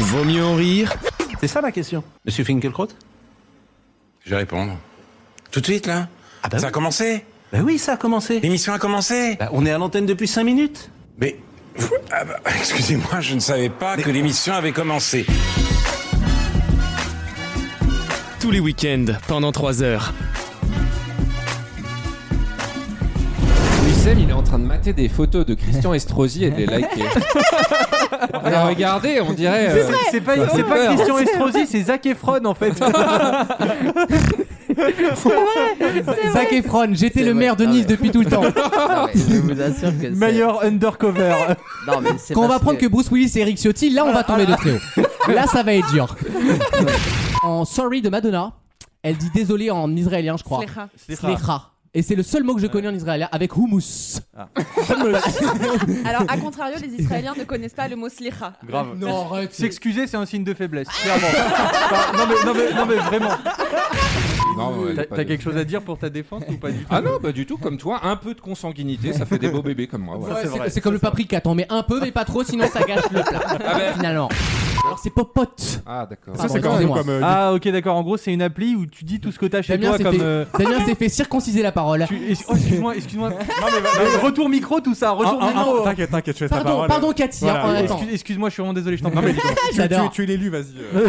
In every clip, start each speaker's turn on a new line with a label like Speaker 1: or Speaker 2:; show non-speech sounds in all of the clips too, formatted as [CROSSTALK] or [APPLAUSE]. Speaker 1: Vaut mieux en rire
Speaker 2: C'est ça ma question. Monsieur Finkielkraut
Speaker 3: Je vais répondre. Tout de suite, là
Speaker 2: Ah bah
Speaker 3: Ça a
Speaker 2: oui.
Speaker 3: commencé
Speaker 2: Ben oui, ça a commencé.
Speaker 3: L'émission a commencé
Speaker 2: Bah, on est à l'antenne depuis 5 minutes.
Speaker 3: Mais... vous- ah bah, [LAUGHS] Excusez-moi, je ne savais pas que l'émission avait commencé.
Speaker 1: tous les week-ends pendant 3 heures.
Speaker 4: Wissem, il est en train de mater des photos de Christian Estrosi et de les
Speaker 5: [LAUGHS]
Speaker 4: liker. Alors regardez, on dirait. euh,
Speaker 5: C'est pas,
Speaker 4: Ça
Speaker 5: c'est
Speaker 4: fait
Speaker 5: pas
Speaker 4: peur.
Speaker 5: Christian Estrosi, c'est Zac Efron en fait. Zac Efron, j'étais
Speaker 6: C'est
Speaker 5: le
Speaker 6: vrai.
Speaker 5: maire de
Speaker 6: Non,
Speaker 5: Nice
Speaker 6: mais-
Speaker 5: depuis tout le temps.
Speaker 6: [LAUGHS] Non, mais je vous assure que c'est-
Speaker 5: Meilleur undercover.
Speaker 6: Non, mais c'est
Speaker 5: Quand on va
Speaker 6: parce
Speaker 5: prendre que Bruce Willis et Eric Ciotti, là on va tomber de très haut. Là ça va être
Speaker 6: [LAUGHS]
Speaker 5: dur. En Sorry de Madonna, elle dit désolé en israélien, je crois.
Speaker 7: Slicha.
Speaker 5: Slicha. Et c'est le seul mot que je connais en israélien avec hummus.
Speaker 7: Alors, à contrario, les Israéliens ne connaissent pas le
Speaker 5: [LAUGHS]
Speaker 7: mot slicha.
Speaker 8: Grave.
Speaker 5: Non, arrête.
Speaker 8: S'excuser, c'est un signe de faiblesse, [LAUGHS] clairement. Enfin, non, mais, non, mais, non, mais vraiment.
Speaker 4: Non, elle est
Speaker 8: T'as
Speaker 4: pas
Speaker 8: t'as
Speaker 4: de-
Speaker 8: quelque chose à dire pour ta défense ou pas du tout
Speaker 4: Ah non, pas du tout, comme toi, un peu de consanguinité, ça fait des beaux bébés comme moi. voilà.
Speaker 5: Ouais,
Speaker 8: c'est
Speaker 5: c'est-
Speaker 8: vrai,
Speaker 5: c'est comme le paprika, t'en mets un peu mais pas trop sinon ça gâche le plat. Finalement. Alors c'est popote.
Speaker 4: Ah d'accord.
Speaker 5: Ça, c'est
Speaker 8: quand
Speaker 5: même comme,
Speaker 8: Ah, ok, d'accord. En gros, c'est une appli où tu dis tout ce que t'as chez
Speaker 5: Damien
Speaker 8: toi
Speaker 5: s'est
Speaker 8: comme.
Speaker 5: fait,
Speaker 8: euh,
Speaker 5: Damien s'est fait circonciser la parole.
Speaker 8: tu- es- oh, excuse-moi, [LAUGHS] excuse-moi. Euh, Retour micro, tout ça. Retour
Speaker 5: Oh.
Speaker 8: micro.
Speaker 9: T'inquiète, t'inquiète, je fais ta
Speaker 5: Pardon,
Speaker 9: parole.
Speaker 5: pardon Cathy, hein,
Speaker 9: Voilà,
Speaker 5: on
Speaker 9: oui.
Speaker 5: attend.
Speaker 8: Excuse- Excuse-moi, je suis vraiment désolé, je
Speaker 5: [LAUGHS]
Speaker 8: t'en prie.
Speaker 5: J'adore.
Speaker 9: Tu, tu es l'élu, vas-y.
Speaker 5: [LAUGHS]
Speaker 9: euh.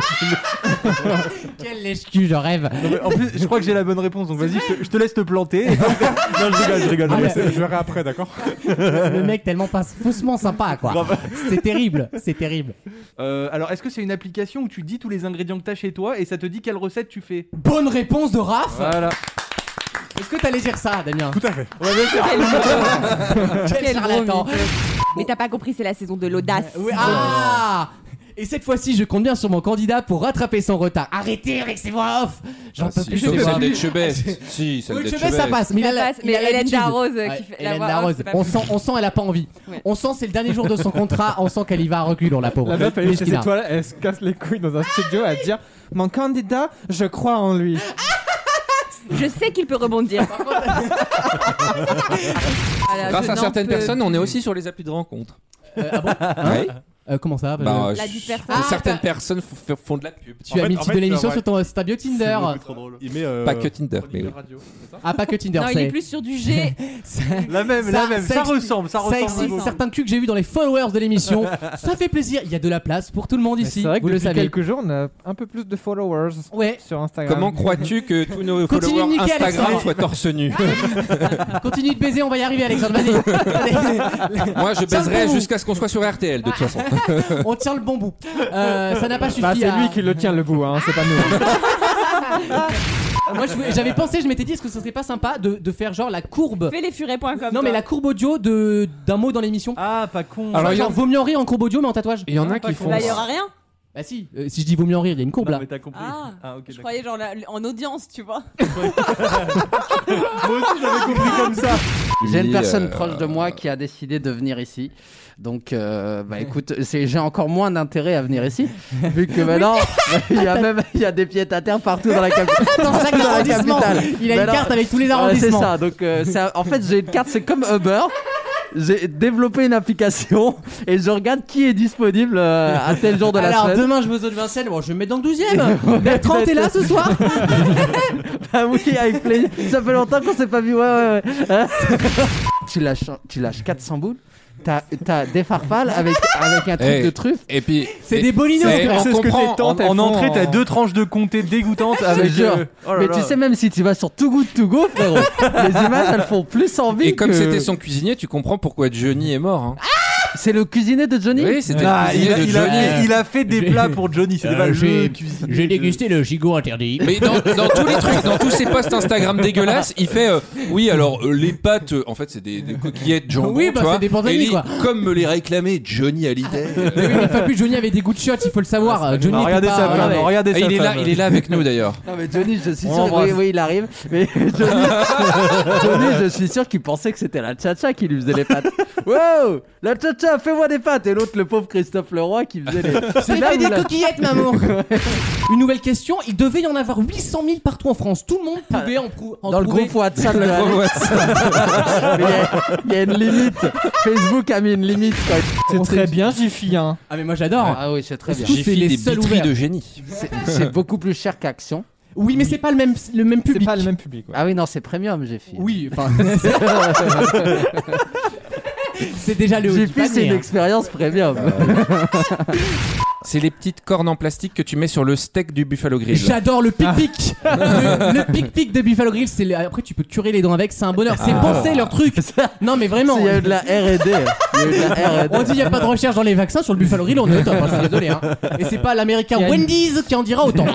Speaker 5: Quel lèche-cul, je rêve.
Speaker 8: Non, mais En plus, je crois que j'ai la bonne réponse, donc vas-y, je te- je te laisse te planter. [LAUGHS] Non, je rigole, je rigole.
Speaker 9: Non, mais
Speaker 5: ouais.
Speaker 9: c'est- je verrai après, d'accord
Speaker 5: Le mec tellement pas faussement sympa, quoi.
Speaker 9: bah.
Speaker 5: C'est terrible, c'est terrible.
Speaker 8: Euh, alors, est-ce que c'est une application où tu dis tous les ingrédients que t'as chez toi et ça te dit quelle recette tu fais
Speaker 5: Bonne réponse de Raph.
Speaker 8: Voilà.
Speaker 5: Est-ce que t'allais dire ça, Damien
Speaker 9: Tout à fait.
Speaker 5: Quel charlatan.
Speaker 7: Mais t'as pas compris, c'est la saison de l'audace.
Speaker 5: Ah Et cette fois-ci, je compte bien sur mon candidat pour rattraper son retard. Arrêtez avec ces voix off J'en
Speaker 4: Ah,
Speaker 5: peux
Speaker 4: si,
Speaker 5: plus, Ah,
Speaker 4: sauf
Speaker 5: ces voix
Speaker 4: celle
Speaker 5: off.
Speaker 4: des Chebet. si, celle
Speaker 5: Oui,
Speaker 4: des
Speaker 5: je vais, ça
Speaker 4: Chebet.
Speaker 5: passe. Mais, il
Speaker 7: Ça
Speaker 5: a la-
Speaker 7: passe,
Speaker 5: il a
Speaker 7: mais Hélène
Speaker 5: l'habitude.
Speaker 7: Darroze, euh, qui
Speaker 5: Ouais,
Speaker 7: fait la
Speaker 5: Hélène
Speaker 7: voix off,
Speaker 5: Darroze.
Speaker 7: c'est pas
Speaker 5: On
Speaker 7: possible.
Speaker 5: sent, on sent, elle a pas envie.
Speaker 7: Ouais.
Speaker 5: On sent, c'est le dernier jour de son contrat. On sent qu'elle y va à recul, on la pauvre.
Speaker 8: La meuf, elle est chez
Speaker 5: Mesquina.
Speaker 8: ses toiles.
Speaker 2: Elle se casse les couilles dans un studio à dire Mon candidat, je crois en lui.
Speaker 7: Je sais qu'il peut rebondir. [LAUGHS] Voilà,
Speaker 4: Grâce
Speaker 7: je
Speaker 4: à
Speaker 7: n'en
Speaker 4: certaines
Speaker 7: peux
Speaker 4: personnes,
Speaker 7: plus.
Speaker 4: on est aussi sur les applis de rencontre.
Speaker 5: Euh, ah bon Hein
Speaker 4: Oui.
Speaker 5: Euh, Comment ça
Speaker 4: Bah,
Speaker 5: euh,
Speaker 4: je-
Speaker 7: La dite personne.
Speaker 4: Ah, certaines
Speaker 5: t'as-
Speaker 4: personnes f- f- font de la pub.
Speaker 5: Tu as
Speaker 9: fait-
Speaker 5: mis le
Speaker 9: en
Speaker 5: titre
Speaker 9: fait,
Speaker 5: de l'émission
Speaker 9: ouais.
Speaker 5: sur ton, sur ta bio Tinder.
Speaker 9: Il met. euh,
Speaker 4: Pas que Tinder, mais oui.
Speaker 5: Ah, pas que Tinder,
Speaker 7: Non, il
Speaker 5: c'est.
Speaker 7: est plus sur
Speaker 5: [LAUGHS]
Speaker 7: du G.
Speaker 8: La même, la même. Ça,
Speaker 5: explique-
Speaker 8: ressemble, ça
Speaker 5: Ça
Speaker 8: ressemble.
Speaker 5: explique
Speaker 8: vraiment.
Speaker 5: certains culs que j'ai vus dans les followers de
Speaker 7: [LAUGHS]
Speaker 5: l'émission. ça fait plaisir. Il y a de la place pour tout le monde ici. vous le savez.
Speaker 2: jours, on a un peu plus de followers
Speaker 5: Ouais.
Speaker 2: sur Instagram.
Speaker 4: Comment crois-tu que tous nos
Speaker 5: euh, Continue de
Speaker 4: followers
Speaker 5: niquer,
Speaker 4: Instagram
Speaker 5: Alexandre.
Speaker 4: soient torse
Speaker 5: [LAUGHS]
Speaker 4: nu
Speaker 5: Continue de baiser, on va y arriver, Alexandre. Vas-y.
Speaker 4: Moi, je baiserai
Speaker 5: bon.
Speaker 4: jusqu'à ce qu'on soit sur RTL,
Speaker 5: Ah.
Speaker 4: de toute façon.
Speaker 5: on tient le bon bout. Euh, ça n'a pas suffi.
Speaker 2: Bah, c'est
Speaker 5: à-
Speaker 2: lui qui le tient le bout, hein, c'est pas nous.
Speaker 5: [LAUGHS] Moi, je voulais- j'avais pensé, je m'étais dit, est-ce que ce serait pas sympa de, de faire genre la courbe
Speaker 7: Fais les furets.com.
Speaker 5: Non, mais la courbe audio de d'un mot dans l'émission.
Speaker 8: Ah, pas con.
Speaker 4: Alors, il y en-
Speaker 5: genre, vaut mieux en rire en courbe audio, mais en tatouage.
Speaker 4: Il y en a qui font.
Speaker 7: Là, il y aura rien.
Speaker 5: Bah si, euh, si je dis vaut mieux en rire, il y a une courbe
Speaker 8: Non,
Speaker 5: là.
Speaker 8: mais t'as compris.
Speaker 7: Ah.
Speaker 8: ok.
Speaker 7: Je
Speaker 8: d'accord.
Speaker 7: croyais genre la- en audience, tu vois.
Speaker 8: Moi aussi, j'avais compris comme ça.
Speaker 6: J'ai une
Speaker 4: Lui,
Speaker 6: personne
Speaker 4: euh,
Speaker 6: proche de moi qui a décidé de venir ici. Donc, euh, bah écoute, c'est- j'ai encore moins d'intérêt à venir ici, vu que maintenant, il y a même il y a des pieds à terre partout dans la, capi-
Speaker 5: Dans chaque
Speaker 6: dans la
Speaker 5: arrondissement,
Speaker 6: capitale.
Speaker 5: il a
Speaker 6: Mais
Speaker 5: une
Speaker 6: non,
Speaker 5: carte avec tous les
Speaker 6: Ouais, c'est
Speaker 5: arrondissements.
Speaker 6: ça. Donc, euh, c'est un- en fait, j'ai une carte, c'est comme Uber. J'ai développé une application et je regarde qui est disponible euh, à tel jour de la
Speaker 5: Alors
Speaker 6: semaine.
Speaker 5: demain je vais aux de Vincennes, bon je vais me mettre dans le
Speaker 6: [LAUGHS]
Speaker 5: 12ème Bertrand t'es là ce soir
Speaker 6: Ah oui, avec plaisir. Ça fait longtemps qu'on s'est pas vu. Ouais, ouais, ouais. [LAUGHS] Hein tu, lâches, tu lâches 400 boules. T'as t'as des farfales avec, avec un truc
Speaker 4: Hey.
Speaker 6: de truffe.
Speaker 4: Et puis.
Speaker 5: C'est
Speaker 4: et-
Speaker 5: des bolinos
Speaker 4: c'est-
Speaker 5: quoi.
Speaker 4: on
Speaker 8: C'est ce que
Speaker 4: comprend,
Speaker 8: tes tantes,
Speaker 4: en-
Speaker 8: elles
Speaker 4: en
Speaker 8: font
Speaker 4: entrée,
Speaker 8: t'as deux tranches de comté dégoûtantes avec.
Speaker 6: jure.
Speaker 8: euh, oh là
Speaker 6: Mais
Speaker 8: là.
Speaker 6: tu sais, même si tu vas sur Too Good To Go, frérot, les images elles font plus envie.
Speaker 4: Et comme
Speaker 6: que-
Speaker 4: c'était son cuisinier, tu comprends pourquoi Johnny est mort. hein.
Speaker 6: C'est le cuisinier de Johnny
Speaker 4: Oui, c'était
Speaker 8: Ah,
Speaker 4: le
Speaker 8: il,
Speaker 4: cuisinier
Speaker 8: a,
Speaker 4: de
Speaker 8: il a-
Speaker 4: Johnny.
Speaker 8: il a fait des plats pour Johnny, c'est pas
Speaker 5: Euh,
Speaker 8: le
Speaker 5: j'ai-
Speaker 8: cuisinier.
Speaker 5: J'ai dégusté le gigot interdit.
Speaker 4: Mais dans, dans tous les trucs, dans tous ces posts Instagram dégueulasses, il fait euh, oui alors euh, les pâtes, euh, en fait c'est des, des coquillettes de jambon,
Speaker 5: Oui, bah,
Speaker 4: tu vois.
Speaker 5: c'est des pantalons,
Speaker 4: Et il-
Speaker 5: quoi.
Speaker 4: Comme me les réclamait Johnny Hallyday.
Speaker 5: [LAUGHS]
Speaker 4: euh,
Speaker 5: Mais oui, mais pas plus Johnny avait des goûts de shot, il faut le savoir. Johnny
Speaker 8: Non,
Speaker 5: était
Speaker 8: regardez
Speaker 5: pas- euh, Ah,
Speaker 8: ça,
Speaker 5: voilà, mais-
Speaker 8: regardez
Speaker 4: et
Speaker 8: ça.
Speaker 4: Ah, il est là, il est là avec nous d'ailleurs.
Speaker 6: Non, mais Johnny, je suis
Speaker 8: On
Speaker 6: sûr.
Speaker 8: l'embrasse.
Speaker 6: Oui, oui, il arrive. Mais Johnny, Johnny, je suis sûr qu'il pensait que c'était la tcha-tcha qui lui faisait les pattes. Wow La tcha tiens, fais-moi des pâtes. Et l'autre, le pauvre Christophe Leroy qui faisait les.
Speaker 5: J'ai
Speaker 6: là
Speaker 5: fait
Speaker 6: où
Speaker 5: des
Speaker 6: la-
Speaker 5: coquillettes, maman. Une nouvelle question. Il devait y en avoir 800 000 partout en France. Tout le monde pouvait en, prou- en
Speaker 6: Dans le
Speaker 5: trouver.
Speaker 6: groupe WhatsApp de la-
Speaker 4: WhatsApp.
Speaker 6: Mais Il y a- il y, a une limite. Facebook a mis une limite. quoi.
Speaker 2: C'est très bien, Jiffy. Hein.
Speaker 5: Ah mais moi j'adore.
Speaker 6: Ah oui, c'est très bien.
Speaker 5: Surtout,
Speaker 4: J'ai
Speaker 5: c'est
Speaker 4: fait
Speaker 5: les
Speaker 4: des
Speaker 5: seuls
Speaker 4: biteries
Speaker 5: ouverts.
Speaker 4: de génie.
Speaker 6: C'est- C'est beaucoup plus cher qu'Action.
Speaker 5: Oui, mais c'est pas le même le même
Speaker 2: C'est
Speaker 5: public.
Speaker 2: pas le même public. ouais.
Speaker 6: Ah oui, non, c'est premium, j'ai fait.
Speaker 5: Oui, enfin. c'est déjà le haut
Speaker 6: J'ai
Speaker 5: du
Speaker 6: fait, c'est
Speaker 5: panier,
Speaker 6: une
Speaker 5: hein.
Speaker 6: expérience premium.
Speaker 4: C'est les petites cornes en plastique que tu mets sur le steak du Buffalo Grill.
Speaker 5: J'adore le
Speaker 6: Ah.
Speaker 5: pic-pic Le, le pic-pic de Buffalo Grill, c'est le- après tu peux te curer les dents avec, c'est un bonheur.
Speaker 6: Ah.
Speaker 5: C'est penser leur truc Non mais vraiment
Speaker 6: Il y a eu de la R&D. Il y a eu de la R&D.
Speaker 5: On dit il n'y a pas de recherche dans les vaccins, sur le Buffalo Grill on est au top, hein, je suis désolé. hein. Et c'est pas l'américain
Speaker 2: Il y a une-
Speaker 5: Wendy's qui en dira autant.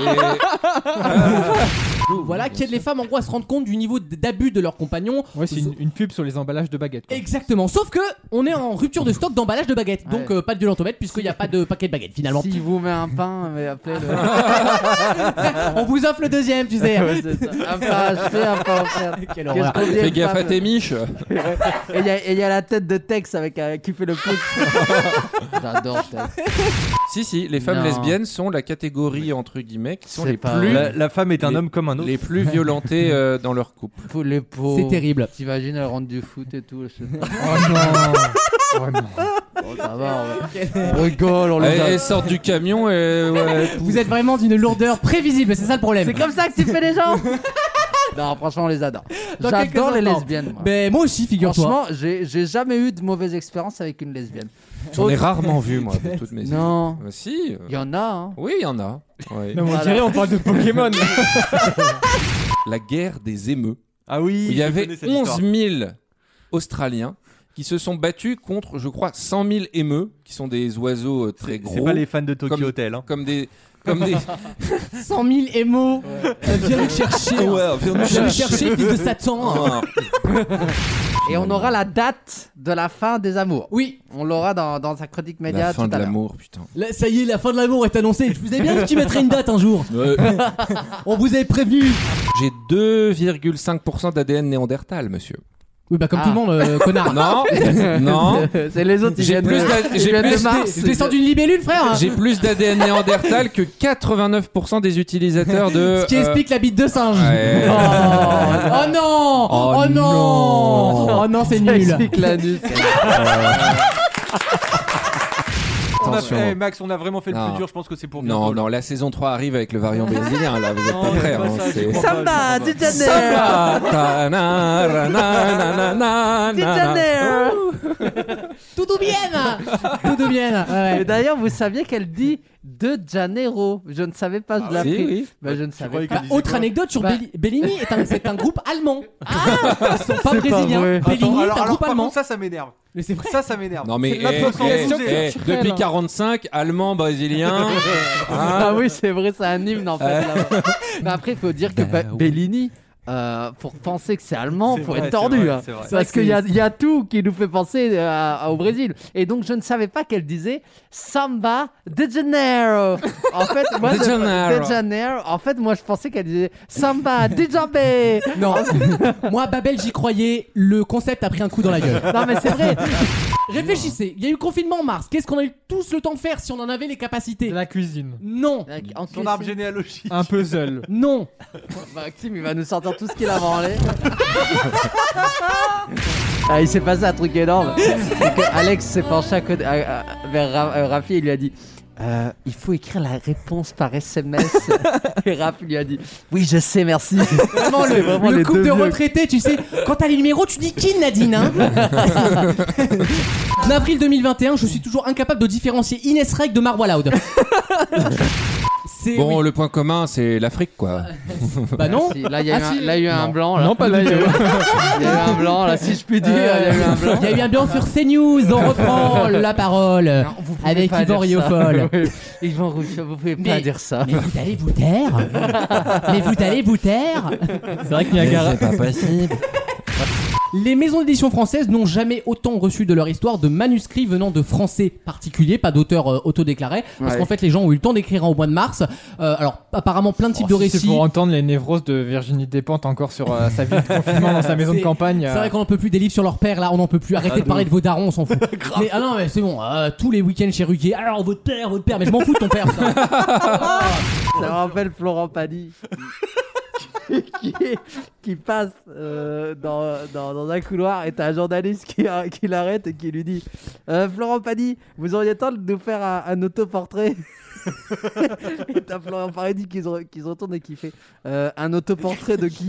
Speaker 5: voilà, qui aide les femmes en gros à se rendre compte du niveau d'abus de leurs compagnons.
Speaker 2: Ouais, c'est une, une pub sur les emballages de baguettes. quoi.
Speaker 5: Exactement, sauf que on est en rupture de stock d'emballage de baguettes, donc
Speaker 6: Ouais.
Speaker 5: euh, pas de violentomètre puisqu'il n'y a pas de paquet de baguettes finalement.
Speaker 6: S'il vous met un pain, mais appelez [LAUGHS] le.
Speaker 5: on vous offre le deuxième,
Speaker 2: [LAUGHS]
Speaker 5: tu sais.
Speaker 6: [LAUGHS] Ouais, Ah, c'est ça. un pain acheté, un pain [LAUGHS] offert.
Speaker 5: Quelle
Speaker 6: Qu'est-ce
Speaker 5: horreur.
Speaker 6: qu'on dit,
Speaker 4: Fais
Speaker 6: une
Speaker 4: gaffe à
Speaker 6: femme
Speaker 4: tes miches.
Speaker 6: Et il y, a- et il y a la tête de Tex avec euh, qui fait le pouce. [LAUGHS] J'adore Tex.
Speaker 4: Si, si, les femmes
Speaker 6: Non.
Speaker 4: lesbiennes sont la catégorie, entre guillemets, qui sont
Speaker 6: C'est
Speaker 4: les
Speaker 6: pas
Speaker 4: plus,
Speaker 8: La, la femme est un
Speaker 4: Les-
Speaker 8: homme comme un autre.
Speaker 4: les plus violentées euh, dans leur couple.
Speaker 6: Pour les pauvres.
Speaker 5: C'est terrible.
Speaker 6: T'imagines, elle rentre du foot et tout. je sais pas.
Speaker 2: Oh
Speaker 6: [LAUGHS]
Speaker 2: non. Oh non.
Speaker 6: Bon, ça va, on, on rigole, on les
Speaker 4: Elles,
Speaker 6: a-
Speaker 4: elles sortent du camion et. ouais,
Speaker 5: Vous êtes vraiment d'une lourdeur prévisible, c'est ça le problème.
Speaker 6: C'est comme ça que tu fais les gens Non, franchement, on les adore.
Speaker 5: Dans
Speaker 6: J'adore
Speaker 5: quelques
Speaker 6: les
Speaker 5: instants.
Speaker 6: lesbiennes. moi.
Speaker 5: Ben moi aussi, figure-toi.
Speaker 6: Franchement, j'ai j'ai jamais eu de mauvaise expérience avec une lesbienne.
Speaker 4: J'en ai rarement vu, moi, de toutes [LAUGHS] mes.
Speaker 6: Non,
Speaker 4: Euh, si.
Speaker 6: il y en a. Hein.
Speaker 4: Oui, il y en a. Ouais.
Speaker 2: Non, mais on
Speaker 6: Voilà.
Speaker 2: dirait on parle de Pokémon.
Speaker 4: La guerre des émeux.
Speaker 8: Ah oui,
Speaker 4: Il y
Speaker 8: je
Speaker 4: avait
Speaker 8: connais cette
Speaker 4: 11
Speaker 8: histoire.
Speaker 4: 000 Australiens qui se sont battus contre, je crois, 100 000 émeux, qui sont des oiseaux euh, très
Speaker 8: C'est
Speaker 4: gros.
Speaker 8: pas les fans de Tokyo
Speaker 4: Comme-
Speaker 8: Hotel. Hein.
Speaker 4: Comme des. Comme des.
Speaker 5: 100 000 émaux. Euh, viens nous chercher. hein.
Speaker 4: [LAUGHS]
Speaker 5: Viens nous chercher, fils de Satan. hein.
Speaker 4: Ah,
Speaker 6: Et on aura la date de la fin des amours.
Speaker 5: Oui,
Speaker 6: On l'aura dans, dans sa chronique média
Speaker 4: la fin
Speaker 6: tout
Speaker 4: de
Speaker 6: à l'heure.
Speaker 4: l'amour, putain.
Speaker 5: là, ça y est, la fin de l'amour est annoncée. Je vous ai bien dit qu'il mettrait une date un jour. On vous avait prévenu.
Speaker 4: J'ai 2,5% d'ADN néandertal, monsieur.
Speaker 5: Oui, bah comme
Speaker 6: Ah.
Speaker 5: tout le monde, euh, connard.
Speaker 4: Non, [LAUGHS] non.
Speaker 6: [LAUGHS] [LAUGHS] C'est les autres, ils
Speaker 4: J'ai
Speaker 6: viennent
Speaker 4: plus
Speaker 6: de-
Speaker 4: d'a-
Speaker 6: ils
Speaker 4: j'ai
Speaker 6: viennent
Speaker 4: plus
Speaker 6: de
Speaker 4: d'a-
Speaker 6: Mars.
Speaker 5: Je descends d'une libellule, frère. hein.
Speaker 4: Ah, J'ai plus d'ADN néandertal que 89% des utilisateurs de.
Speaker 5: [LAUGHS] Ce qui
Speaker 4: euh,
Speaker 5: explique la bite de singe.
Speaker 4: ouais.
Speaker 5: [LAUGHS] Oh, oh non
Speaker 4: Oh
Speaker 5: Oh non
Speaker 4: non.
Speaker 5: Oh non, c'est
Speaker 6: Ça [LAUGHS]
Speaker 5: nul.
Speaker 6: explique l'anus.
Speaker 8: On a-
Speaker 4: Attention.
Speaker 8: eh, Max, on a vraiment fait le
Speaker 4: Non.
Speaker 8: plus dur. Je pense que c'est pour bientôt.
Speaker 4: Non,
Speaker 8: là.
Speaker 4: non, la saison 3 arrive avec le variant brésilien, là, vous êtes
Speaker 8: Non,
Speaker 4: pas prêts.
Speaker 8: c'est pas
Speaker 4: hein,
Speaker 8: ça,
Speaker 4: c'est-
Speaker 8: je crois.
Speaker 6: Samba, de Janeiro.
Speaker 4: Samba, ta, na, ra, na, na, na, na,
Speaker 6: De
Speaker 4: na.
Speaker 6: Janeiro.
Speaker 5: Tout ou bien Tout ou bien ouais.
Speaker 6: Et d'ailleurs, vous saviez qu'elle dit de Janeiro. Je ne savais pas,
Speaker 8: Ah,
Speaker 6: je l'ai
Speaker 4: Ah, Si,
Speaker 6: appris.
Speaker 4: oui.
Speaker 6: Bah, je ne
Speaker 9: Je
Speaker 6: savais
Speaker 9: croyais
Speaker 6: pas.
Speaker 9: qu'elle
Speaker 5: Bah,
Speaker 9: disait
Speaker 5: autre
Speaker 9: quoi
Speaker 5: anecdote sur
Speaker 6: Bah-
Speaker 5: Belli- Bellini, est un- c'est un groupe allemand. Ah, ils sont pas
Speaker 6: pas
Speaker 5: brésiliens.
Speaker 6: vrai.
Speaker 5: Bellini,
Speaker 8: Attends, alors,
Speaker 5: c'est un
Speaker 8: alors,
Speaker 5: groupe
Speaker 8: par
Speaker 5: allemand.
Speaker 8: contre, ça, ça m'énerve.
Speaker 5: Mais c'est vrai.
Speaker 8: Ça, ça m'énerve.
Speaker 4: Non mais
Speaker 2: C'est de la
Speaker 4: eh,
Speaker 2: appropriation
Speaker 4: eh, eh,
Speaker 2: culturelle,
Speaker 4: depuis
Speaker 2: hein.
Speaker 4: 45, allemand, brésilien.
Speaker 6: Ah
Speaker 4: hein.
Speaker 6: oui, c'est vrai, c'est un hymne en fait.
Speaker 8: Euh.
Speaker 6: là-bas. Mais après, il faut dire que Ba- Bellini, euh, pour penser que c'est allemand,
Speaker 8: Bah, C'est
Speaker 6: faut
Speaker 8: vrai,
Speaker 6: être tordu.
Speaker 8: c'est vrai,
Speaker 6: hein.
Speaker 8: c'est vrai.
Speaker 6: Parce qu'il y, a- il y a tout qui nous fait penser euh, à- au Brésil. Et donc, je ne savais pas qu'elle disait Samba de Janeiro. En fait, moi,
Speaker 4: De
Speaker 6: je-
Speaker 4: Janeiro.
Speaker 6: de Janeiro. En fait, moi, je pensais qu'elle disait Samba de [LAUGHS] Jambe.
Speaker 5: Non, moi Babel j'y croyais, le concept a pris un coup dans la gueule.
Speaker 6: [LAUGHS] Non, mais c'est vrai.
Speaker 5: [LAUGHS] Réfléchissez, il y a eu le confinement en mars, qu'est-ce qu'on a eu tous le temps de faire si on en avait les
Speaker 2: De
Speaker 5: capacités
Speaker 2: la cuisine.
Speaker 5: Non,
Speaker 6: En
Speaker 8: Son arbre généalogique.
Speaker 2: Un puzzle.
Speaker 5: non,
Speaker 6: Maxime, Bah, il va nous sortir tout ce qu'il a branlé. [LAUGHS] ah, il s'est passé un truc énorme. C'est que Alex s'est penché à côté- à- à- vers Ra- euh, Rafi et lui a dit. Euh, il faut écrire la réponse par [LAUGHS] SMS. et Rafi lui a dit Oui, je sais, merci.
Speaker 5: vraiment le,
Speaker 6: vraiment
Speaker 5: le
Speaker 6: les
Speaker 5: couple
Speaker 6: deux
Speaker 5: de
Speaker 6: vieux.
Speaker 5: retraités, tu sais, quand t'as les numéros, tu dis qui Nadine hein [LAUGHS] En avril 2021, je suis toujours incapable de différencier Ines Reg de Marwa
Speaker 6: [LAUGHS]
Speaker 5: Loud. C'est
Speaker 4: Bon,
Speaker 5: oui.
Speaker 4: le point commun, c'est l'Afrique, quoi.
Speaker 5: bah non.
Speaker 6: Si, là, il y a
Speaker 5: Ah,
Speaker 6: eu, un,
Speaker 5: si.
Speaker 6: là, il y a eu un blanc. Là.
Speaker 2: Non, pas du tout.
Speaker 6: [LAUGHS] Il y a eu un blanc, là, si je puis dire. Il y a eu un
Speaker 5: Euh,
Speaker 6: blanc.
Speaker 5: Il y a eu un blanc sur CNews, on reprend la parole
Speaker 6: Non, vous pouvez
Speaker 5: avec
Speaker 6: pas
Speaker 5: Yvan
Speaker 6: dire ça.
Speaker 5: Riofol.
Speaker 6: [LAUGHS] Oui, Yvan Riofol, vous pouvez pas
Speaker 5: Mais-
Speaker 6: dire ça. [LAUGHS]
Speaker 5: Mais vous allez vous taire Mais vous allez vous taire
Speaker 4: [LAUGHS]
Speaker 2: C'est vrai que Niagara.
Speaker 4: pas possible.
Speaker 5: Les maisons d'édition françaises n'ont jamais autant reçu de leur histoire de manuscrits venant de Français particuliers, pas d'auteurs euh, autodéclarés, parce
Speaker 6: Ouais.
Speaker 5: qu'en fait les gens ont eu le temps d'écrire au mois de mars. Euh, alors apparemment plein de types de
Speaker 2: Oh, si
Speaker 5: récits.
Speaker 2: C'est pour entendre les névroses de Virginie Despentes encore sur euh, sa vie de confinement dans sa maison de
Speaker 5: C'est-
Speaker 2: campagne. euh.
Speaker 5: C'est vrai qu'on n'en peut plus des livres sur leur père, là, on n'en peut plus.
Speaker 6: Ah,
Speaker 5: Arrêtez de parler de vos darons, on s'en
Speaker 6: [LAUGHS]
Speaker 5: fout. mais, ah non, mais c'est bon, euh, tous les week-ends chez Ruquier, alors votre père, votre père, mais je m'en fous de ton père.
Speaker 6: [LAUGHS]
Speaker 5: putain. oh
Speaker 6: Ça me rappelle Florent Pagny. qui, qui passe euh, dans, dans, dans un couloir et t'as un journaliste qui, qui l'arrête et qui lui dit Euh, Florent Pagny, vous auriez tort de nous faire un, un autoportrait [LAUGHS] Et t'as Florent Pagny qui se, re- qui se retourne et qui fait Euh, Un autoportrait de qui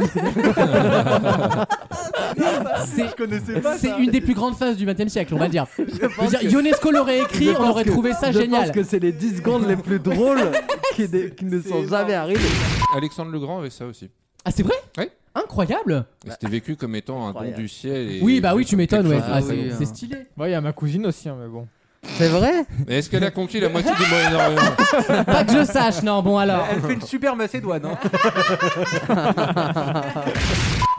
Speaker 5: C'est-
Speaker 8: connaissais pas
Speaker 5: C'est une des plus grandes phases du 20 siècle, on va dire.
Speaker 6: Je
Speaker 5: Je veux
Speaker 6: pense
Speaker 5: dire,
Speaker 6: que-
Speaker 5: Ionesco l'aurait
Speaker 6: je
Speaker 5: [LAUGHS] écrit, on
Speaker 6: pense
Speaker 5: aurait
Speaker 6: que-
Speaker 5: trouvé ça
Speaker 6: Je
Speaker 5: génial.
Speaker 6: pense que c'est les 10 secondes les plus drôles qui, ne- qui [LAUGHS] ne sont jamais arrivées.
Speaker 4: Alexandre le Grand avait ça aussi.
Speaker 5: Ah, c'est vrai
Speaker 4: Ouais.
Speaker 5: Incroyable
Speaker 4: Et C'était vécu comme étant un don
Speaker 6: incroyable.
Speaker 4: du ciel. et-
Speaker 5: Oui, bah oui, tu m'étonnes, ouais.
Speaker 6: chose-
Speaker 5: Ah,
Speaker 6: Ah
Speaker 5: c'est
Speaker 6: oui,
Speaker 5: c'est
Speaker 6: hein.
Speaker 5: stylé.
Speaker 2: Ouais, il y a ma cousine aussi, hein, mais bon.
Speaker 6: C'est vrai
Speaker 4: Mais est-ce qu'elle a conquis la moitié du Moyen-Orient
Speaker 5: Pas que je sache, non, bon alors.
Speaker 8: Elle fait une super macédoine. Hein.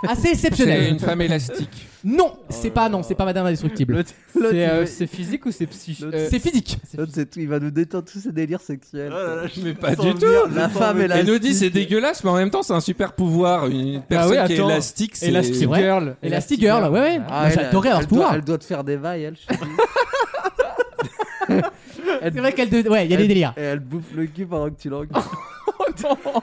Speaker 5: Assez
Speaker 4: C'est
Speaker 5: Ah, exceptionnel.
Speaker 4: une femme élastique.
Speaker 5: Non, c'est pas, non, c'est pas Madame Indestructible.
Speaker 6: L'autre- l'autre, il
Speaker 2: C'est euh,
Speaker 6: va-
Speaker 2: c'est physique ou c'est psy
Speaker 6: L'autre-
Speaker 2: Euh,
Speaker 5: C'est physique.
Speaker 6: l'autre, c'est tout, il va nous détendre tous ces délires
Speaker 4: [LAUGHS]
Speaker 6: sexuels.
Speaker 8: Oh
Speaker 2: Euh,
Speaker 4: Mais pas
Speaker 6: Sans
Speaker 4: du
Speaker 6: le
Speaker 4: tout.
Speaker 6: dire, La femme est la.
Speaker 4: Elle nous dit c'est dégueulasse, mais en même temps c'est un super pouvoir. Une personne
Speaker 2: oui,
Speaker 4: qui est
Speaker 2: Bah attends.
Speaker 4: élastique, c'est
Speaker 2: Elastic
Speaker 5: vrai.
Speaker 2: Girl.
Speaker 5: Elastic Girl, ouais, ouais. Moi, J'adorais avoir ce pouvoir.
Speaker 6: Ah, Elle doit te faire des vailles, elle. je te dis. elle
Speaker 5: C'est vrai qu'elle. de- Ouais, il y a des délires.
Speaker 6: Et elle bouffe le cul pendant que tu l'engueules.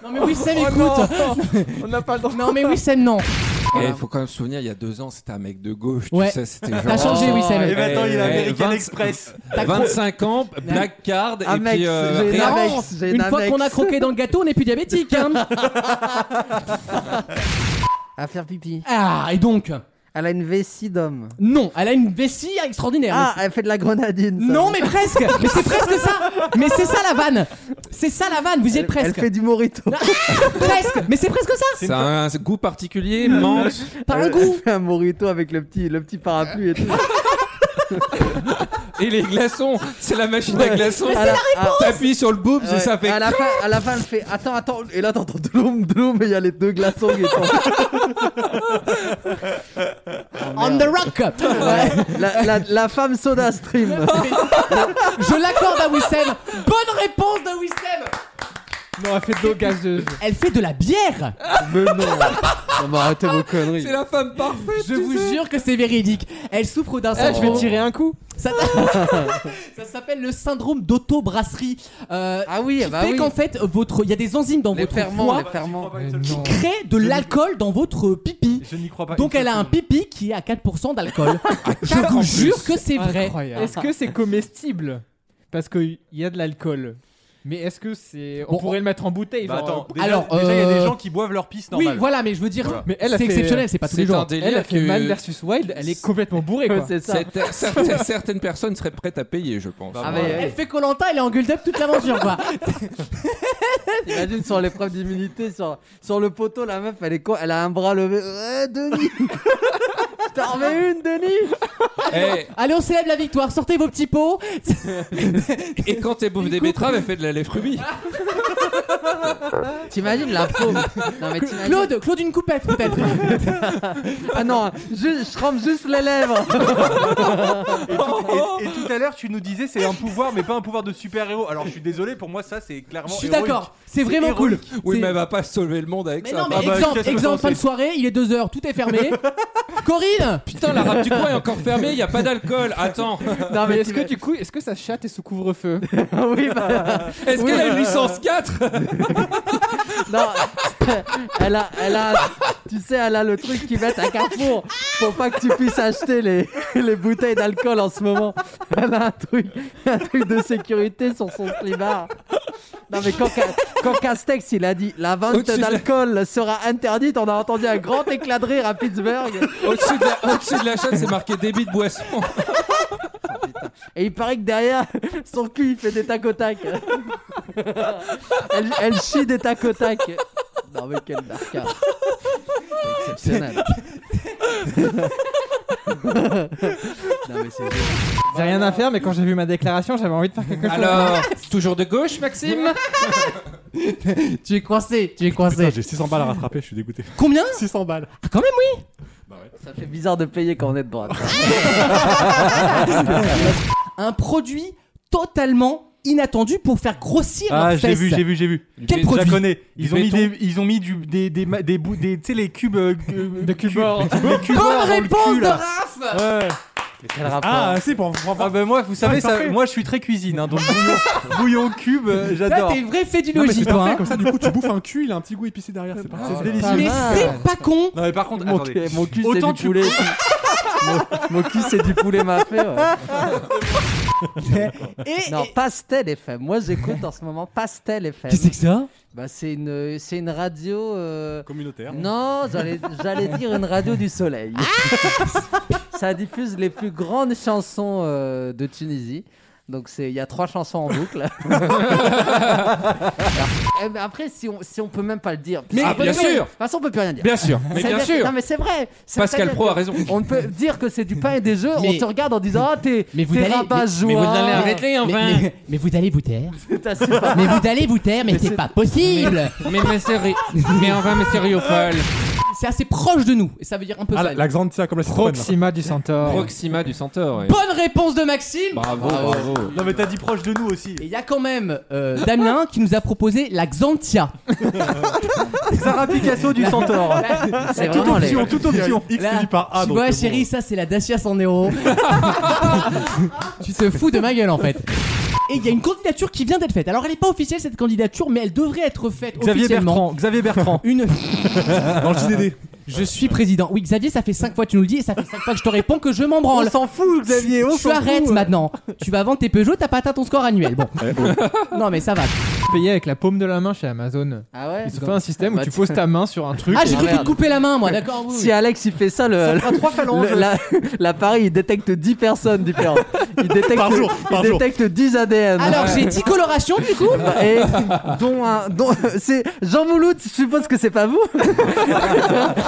Speaker 5: Non, mais oui, Sam, écoute.
Speaker 2: On n'a pas le droit.
Speaker 5: Non, mais oui, Sam, non.
Speaker 4: Et il Eh, faut quand même se souvenir, il y a deux ans, c'était un mec de gauche.
Speaker 5: Ouais.
Speaker 4: Tu sais, c'était
Speaker 5: T'as
Speaker 4: genre.
Speaker 5: changé, oui,
Speaker 8: Et
Speaker 5: Sam.
Speaker 8: maintenant, il a
Speaker 4: Eh,
Speaker 8: American
Speaker 4: 20
Speaker 8: Express.
Speaker 5: T'as cro-
Speaker 4: 25 ans, black card, et
Speaker 6: Amex,
Speaker 4: puis. euh,
Speaker 6: j'ai une
Speaker 4: rien.
Speaker 5: Marrant.
Speaker 6: Amex, j'ai une
Speaker 5: Une fois
Speaker 6: Amex.
Speaker 5: qu'on a croqué dans le gâteau, on n'est plus diabétique. Hein.
Speaker 6: À faire pipi.
Speaker 5: Ah, et donc
Speaker 6: Elle a une vessie d'homme.
Speaker 5: Non, elle a une vessie extraordinaire.
Speaker 6: Ah, elle fait de la grenadine. ça.
Speaker 5: non, mais presque. Mais c'est presque ça. Mais c'est ça la vanne. C'est ça la vanne. Vous y
Speaker 6: Elle,
Speaker 5: êtes presque.
Speaker 6: elle fait du morito.
Speaker 5: Presque. Mais c'est presque ça.
Speaker 4: Ça a un goût particulier, menthe.
Speaker 5: Par le
Speaker 6: Elle-
Speaker 5: goût.
Speaker 6: Elle fait un morito avec le petit, le petit parapluie et tout.
Speaker 4: Et les glaçons, c'est la Ah, machine à glaçons.
Speaker 6: c'est la
Speaker 4: T'appuies sur le boob,
Speaker 6: Ouais.
Speaker 4: et ça fait.
Speaker 6: à la, fin, à la fin, elle fait Attends, attends. Et là, t'entends Dloum, Dloum, et il y a les deux glaçons qui tombent.
Speaker 5: On the rock. Ouais.
Speaker 6: [LAUGHS] la, la, la femme soda stream.
Speaker 5: Je l'accorde à Wissem. Bonne réponse de Wissem.
Speaker 2: Non, elle fait de l'eau gazeuse.
Speaker 5: Elle fait de la bière.
Speaker 6: Mais non. Non, mais arrêtez vos conneries.
Speaker 4: C'est la femme parfaite.
Speaker 5: Je vous jure que c'est véridique. Elle souffre d'un
Speaker 2: Eh, je vais
Speaker 5: syndrome.
Speaker 2: tirer un coup.
Speaker 5: Ça, [LAUGHS] ça s'appelle le syndrome d'auto-brasserie. Euh,
Speaker 6: Ah oui,
Speaker 5: qui
Speaker 6: bah
Speaker 5: fait
Speaker 6: oui.
Speaker 5: qu'en fait, votre, il y a des enzymes dans
Speaker 6: Les
Speaker 5: votre
Speaker 6: ferments,
Speaker 5: foie
Speaker 6: les ferments.
Speaker 2: Non.
Speaker 5: qui créent de l'alcool dans votre pipi.
Speaker 8: Je n'y crois pas.
Speaker 5: Donc elle a un pipi qui est à 4% d'alcool. Je vous jure que c'est vrai.
Speaker 2: Incroyable. Est-ce que c'est comestible Parce qu'il y a de l'alcool. Mais est-ce que c'est. On
Speaker 5: Bon,
Speaker 2: pourrait le mettre en bouteille.
Speaker 8: Bah
Speaker 2: genre,
Speaker 8: attends,
Speaker 2: euh,
Speaker 8: déjà,
Speaker 5: alors,
Speaker 8: déjà, il y a
Speaker 5: euh,
Speaker 8: des gens qui boivent leur pisse
Speaker 5: Oui,
Speaker 8: normale.
Speaker 5: voilà, mais je veux dire,
Speaker 2: Mais elle a
Speaker 5: c'est
Speaker 2: fait-
Speaker 5: exceptionnel, c'est pas tous les
Speaker 4: C'est
Speaker 5: jours.
Speaker 4: un délire
Speaker 2: Elle a fait
Speaker 4: que-
Speaker 2: Man versus Wild, elle est complètement bourrée quoi.
Speaker 6: C'est ça.
Speaker 4: Cette- [LAUGHS] certaines, certaines personnes seraient prêtes à payer, je pense.
Speaker 2: Bah,
Speaker 6: Ah,
Speaker 5: Ouais,
Speaker 6: mais,
Speaker 5: Elle fait Colanta, elle est en gueule d'up toute l'aventure, quoi.
Speaker 6: Imagine sur l'épreuve d'immunité, sur, sur le poteau, la meuf, elle est con, elle a un bras levé. Ouais, Denis Je t'en remets une, Denis
Speaker 4: Eh,
Speaker 5: Allez, on célèbre la victoire, sortez vos petits pots.
Speaker 4: et quand elle bouffe des betteraves, elle fait de la lait fruits.
Speaker 6: T'imagines la pauvre Non, mais t'imagines.
Speaker 5: Claude, Claude, une coupette
Speaker 4: [LAUGHS]
Speaker 5: peut-être.
Speaker 6: Ah non, je, je trempe juste les lèvres
Speaker 8: Et, et tout à l'heure, tu nous disais c'est un pouvoir, mais pas un pouvoir de super-héros. Alors, je suis désolé, pour moi, ça, c'est clairement.
Speaker 5: Je suis
Speaker 8: héroïque.
Speaker 5: d'accord, c'est vraiment cool.
Speaker 8: héroïque.
Speaker 4: Oui, mais
Speaker 5: C'est-
Speaker 4: bah, elle va pas sauver le monde avec
Speaker 5: Mais
Speaker 4: ça.
Speaker 5: non, mais
Speaker 8: Ah bah,
Speaker 5: exemple,
Speaker 8: qu'est-ce que
Speaker 5: exemple,
Speaker 8: t'en
Speaker 5: fin de
Speaker 8: sais
Speaker 5: soirée, il est 2h, tout est fermé. Corinne
Speaker 4: Putain, la rame bah, du coin est encore fermée, il y a pas d'alcool. Attends,
Speaker 2: Non mais est-ce que du coup, est-ce que sa chatte est sous couvre-feu
Speaker 6: [LAUGHS] Oui, bah,
Speaker 4: est-ce qu'elle a une licence 4
Speaker 6: non [LAUGHS] elle a, elle a, tu sais, elle a le truc qu'ils mettent à Carrefour pour pas que tu puisses acheter les, les bouteilles d'alcool en ce moment. Elle a un truc, un truc de sécurité sur son slibard. Non mais quand, Ca- quand Castex il a dit la vente
Speaker 4: Au-dessus de la-
Speaker 6: d'alcool sera interdite, on a entendu un grand éclat de rire à Pittsburgh.
Speaker 4: Au-dessus de, la- au-dessus de la chaîne, c'est marqué débit de boisson.
Speaker 6: Et il paraît que derrière son cul il fait des tac au tac. Elle, elle chie des tac au tac. Non mais quel barcard. C'est Exceptionnel. non mais c'est
Speaker 2: J'ai rien à faire, mais quand j'ai vu ma déclaration, j'avais envie de faire quelque chose.
Speaker 4: Alors, toujours de gauche, Maxime
Speaker 5: Tu es coincé, tu es coincé.
Speaker 9: J'ai 600 balles à rattraper, je suis dégoûté.
Speaker 5: Combien
Speaker 9: 600 balles.
Speaker 5: Ah, quand même,
Speaker 9: oui Bah ouais.
Speaker 6: Ça fait bizarre de payer quand on est de droite.
Speaker 5: Un produit totalement inattendu pour faire grossir
Speaker 8: Ah,
Speaker 5: leurs
Speaker 8: j'ai
Speaker 5: fesses.
Speaker 8: vu, j'ai vu, j'ai vu.
Speaker 4: Du
Speaker 5: Quel
Speaker 4: béton.
Speaker 8: Je la
Speaker 5: produit
Speaker 8: connais. Ils ont mis
Speaker 4: béton.
Speaker 8: des, ils ont mis du, des, des, ma- des bouts, des, tu sais les
Speaker 5: [LAUGHS]
Speaker 8: cubes. euh, que-
Speaker 2: De Cubor.
Speaker 8: les cubes dans
Speaker 5: Bonne
Speaker 8: le
Speaker 5: réponse
Speaker 8: cul,
Speaker 5: de
Speaker 8: là.
Speaker 5: Raph
Speaker 8: Ouais.
Speaker 6: Quel rapport
Speaker 9: Ah, si, pour, pour
Speaker 8: Ah bah moi, vous savez, ça-
Speaker 9: parfait.
Speaker 8: moi je suis très cuisine, hein, donc
Speaker 5: [LAUGHS]
Speaker 8: bouillon, bouillon cube, euh,
Speaker 5: Là,
Speaker 8: j'adore.
Speaker 5: t'es vrai fait du
Speaker 9: Non, mais
Speaker 5: logis,
Speaker 9: c'est
Speaker 5: toi.
Speaker 9: parfait,
Speaker 5: hein.
Speaker 9: comme ça, du coup, tu bouffes un cul, il a un petit goût épicé derrière, c'est parfait.
Speaker 8: C'est
Speaker 6: pas
Speaker 8: délicieux.
Speaker 5: Mais
Speaker 6: mal.
Speaker 5: c'est pas con.
Speaker 8: Non mais par contre,
Speaker 6: mon,
Speaker 8: attendez.
Speaker 6: cul- mon cul, c'est
Speaker 8: Autant
Speaker 6: du
Speaker 8: tu- [LAUGHS]
Speaker 6: poulet. mon, mon cul, c'est du poulet mafé. ouais.
Speaker 5: Et,
Speaker 6: Non,
Speaker 5: et-
Speaker 6: Pastel FM. Moi, j'écoute en ce moment Pastel FM.
Speaker 5: qu'est-ce que c'est que ça
Speaker 6: Bah, c'est une, c'est une radio. euh,
Speaker 9: Communautaire.
Speaker 6: Non, j'allais j'allais dire une radio du soleil. [LAUGHS] Ça diffuse les plus grandes chansons euh, de Tunisie. Donc c'est- il y a trois chansons en boucle. Eh ben après, si on, si on peut même pas le dire.
Speaker 5: Mais-
Speaker 4: Ah,
Speaker 6: on peut
Speaker 4: bien
Speaker 6: plus rien-
Speaker 4: sûr.
Speaker 6: De toute façon, on peut plus rien dire.
Speaker 4: Bien sûr, mais
Speaker 6: C'est
Speaker 4: bien
Speaker 6: vrai-
Speaker 4: sûr.
Speaker 6: Non mais c'est vrai. C'est
Speaker 4: Pascal
Speaker 6: vrai
Speaker 4: Pro a
Speaker 6: que-
Speaker 4: raison.
Speaker 6: On peut dire que c'est du pain et des jeux.
Speaker 5: Mais-
Speaker 6: on te regarde en disant ah t'es
Speaker 5: Mais vous
Speaker 6: t'es
Speaker 5: allez-
Speaker 6: rabat
Speaker 5: mais- mais vous
Speaker 6: [LAUGHS]
Speaker 5: allez
Speaker 6: joie.
Speaker 5: arrêter, mais, mais- mais vous allez vous taire.
Speaker 6: T'as su pas-
Speaker 5: Mais vous allez vous taire, mais,
Speaker 6: Mais
Speaker 5: c'est
Speaker 6: c'est-
Speaker 5: pas possible.
Speaker 4: Mais mais sérieux, mais enfin mais sérieux folle.
Speaker 5: C'est assez proche de nous. Et ça veut dire un peu
Speaker 9: Ah,
Speaker 5: ça.
Speaker 9: la, la grande tia comme la citoyenne.
Speaker 2: Proxima du Centaure.
Speaker 4: Proxima du Centaure. ouais.
Speaker 5: Bonne réponse de Maxime.
Speaker 4: Bravo,
Speaker 6: Ah
Speaker 4: bravo.
Speaker 8: Non mais t'as dit proche de nous aussi.
Speaker 5: Et il y a quand même euh, Damien qui nous a proposé la Xantia.
Speaker 8: Sarah Picasso du Centaure.
Speaker 6: C'est vraiment les.
Speaker 9: Option, toute option. X
Speaker 5: Là,
Speaker 9: dit par A.
Speaker 5: tu
Speaker 9: donc
Speaker 5: vois,
Speaker 9: c'est
Speaker 5: chérie,
Speaker 9: bon.
Speaker 5: ça c'est la Dacia sans [LAUGHS] Nero. tu te fous de ma gueule en fait. Et il y a une candidature qui vient d'être faite. Alors elle n'est pas officielle cette candidature, mais elle devrait être faite
Speaker 8: Xavier
Speaker 5: officiellement.
Speaker 8: Bertrand, Xavier Bertrand.
Speaker 5: [LAUGHS] Une.
Speaker 9: Dans le JDD.
Speaker 5: Je suis président. Oui, Xavier, ça fait 5 fois que tu nous le dis et ça fait 5 fois que je te réponds que je m'en branle.
Speaker 6: On s'en fout Xavier. On
Speaker 5: tu
Speaker 6: s'en
Speaker 5: arrêtes
Speaker 6: fout.
Speaker 5: maintenant. Tu vas vendre tes Peugeot, t'as pas atteint ton score annuel. Bon. non, mais ça va.
Speaker 2: Payé avec la paume de la main chez Amazon.
Speaker 6: Ah ouais.
Speaker 2: Ils ont fait un système où
Speaker 6: Bah,
Speaker 2: tu
Speaker 6: tu-
Speaker 2: poses ta main sur un truc.
Speaker 5: Ah, j'ai cru
Speaker 6: merde.
Speaker 5: te couper la main, moi, d'accord. oui, oui.
Speaker 6: Si Alex il fait ça, le, le- le- la, la Paris il détecte 10 personnes différentes. Il détecte,
Speaker 9: Par jour, par
Speaker 6: il
Speaker 9: jour.
Speaker 6: détecte 10 ADN.
Speaker 5: Alors, j'ai 10 colorations du coup.
Speaker 6: Et dont un. Dont, c'est Jean Mouloud, je suppose que c'est pas vous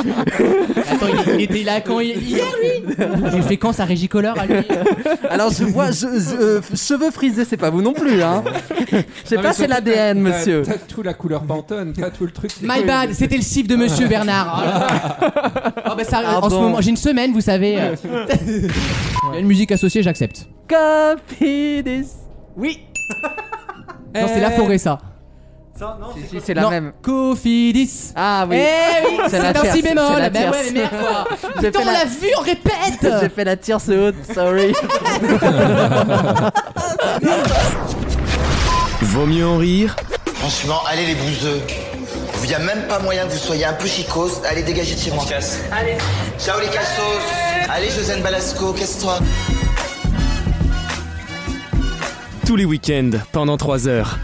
Speaker 5: Attends, il, il était là quand il- Hier, lui J'ai fait quand sa régie color à lui
Speaker 6: Alors je vois je- je- euh, cheveux frisés, c'est pas vous non plus. Hein. Je sais
Speaker 4: Non,
Speaker 6: pas,
Speaker 4: mais
Speaker 6: c'est
Speaker 4: surtout,
Speaker 6: l'ADN,
Speaker 4: t'as-
Speaker 6: monsieur.
Speaker 4: T'as tout la couleur Pantone, t'as tout le truc. c'est
Speaker 5: My
Speaker 4: cool.
Speaker 5: bad, c'était le cif de monsieur Bernard. Ah bah ça, en ce
Speaker 6: Pardon.
Speaker 5: moment, j'ai une semaine, vous savez. euh. [LAUGHS] Il y a une musique associée, j'accepte.
Speaker 6: Copidis.
Speaker 5: Oui Non, c'est la forêt, ça.
Speaker 6: Si, si, Eh. c'est la
Speaker 5: non,
Speaker 6: même.
Speaker 5: Cofidis.
Speaker 6: Ah oui.
Speaker 5: Eh oui,
Speaker 6: C'est
Speaker 5: c'est
Speaker 6: la
Speaker 5: un
Speaker 6: tierce,
Speaker 5: si
Speaker 6: c'est
Speaker 5: bémol.
Speaker 6: la
Speaker 5: Ben ouais,
Speaker 6: tierce.
Speaker 5: mais merde, quoi.
Speaker 6: J'ai
Speaker 5: Putain,
Speaker 6: fait
Speaker 5: on
Speaker 6: [LAUGHS] la-
Speaker 5: l'a vu, on
Speaker 6: J'ai
Speaker 5: répète.
Speaker 6: fait la tierce haute, sorry.
Speaker 1: Vaut mieux en rire
Speaker 10: [LAUGHS] Franchement, allez les bouseux. Il n'y a même pas moyen que vous soyez un peu chicos. Allez, dégagez de chez moi. Allez. Ciao les cassos. Allez, Josène Balasco, casse-toi.
Speaker 1: tous les week-ends pendant 3 heures.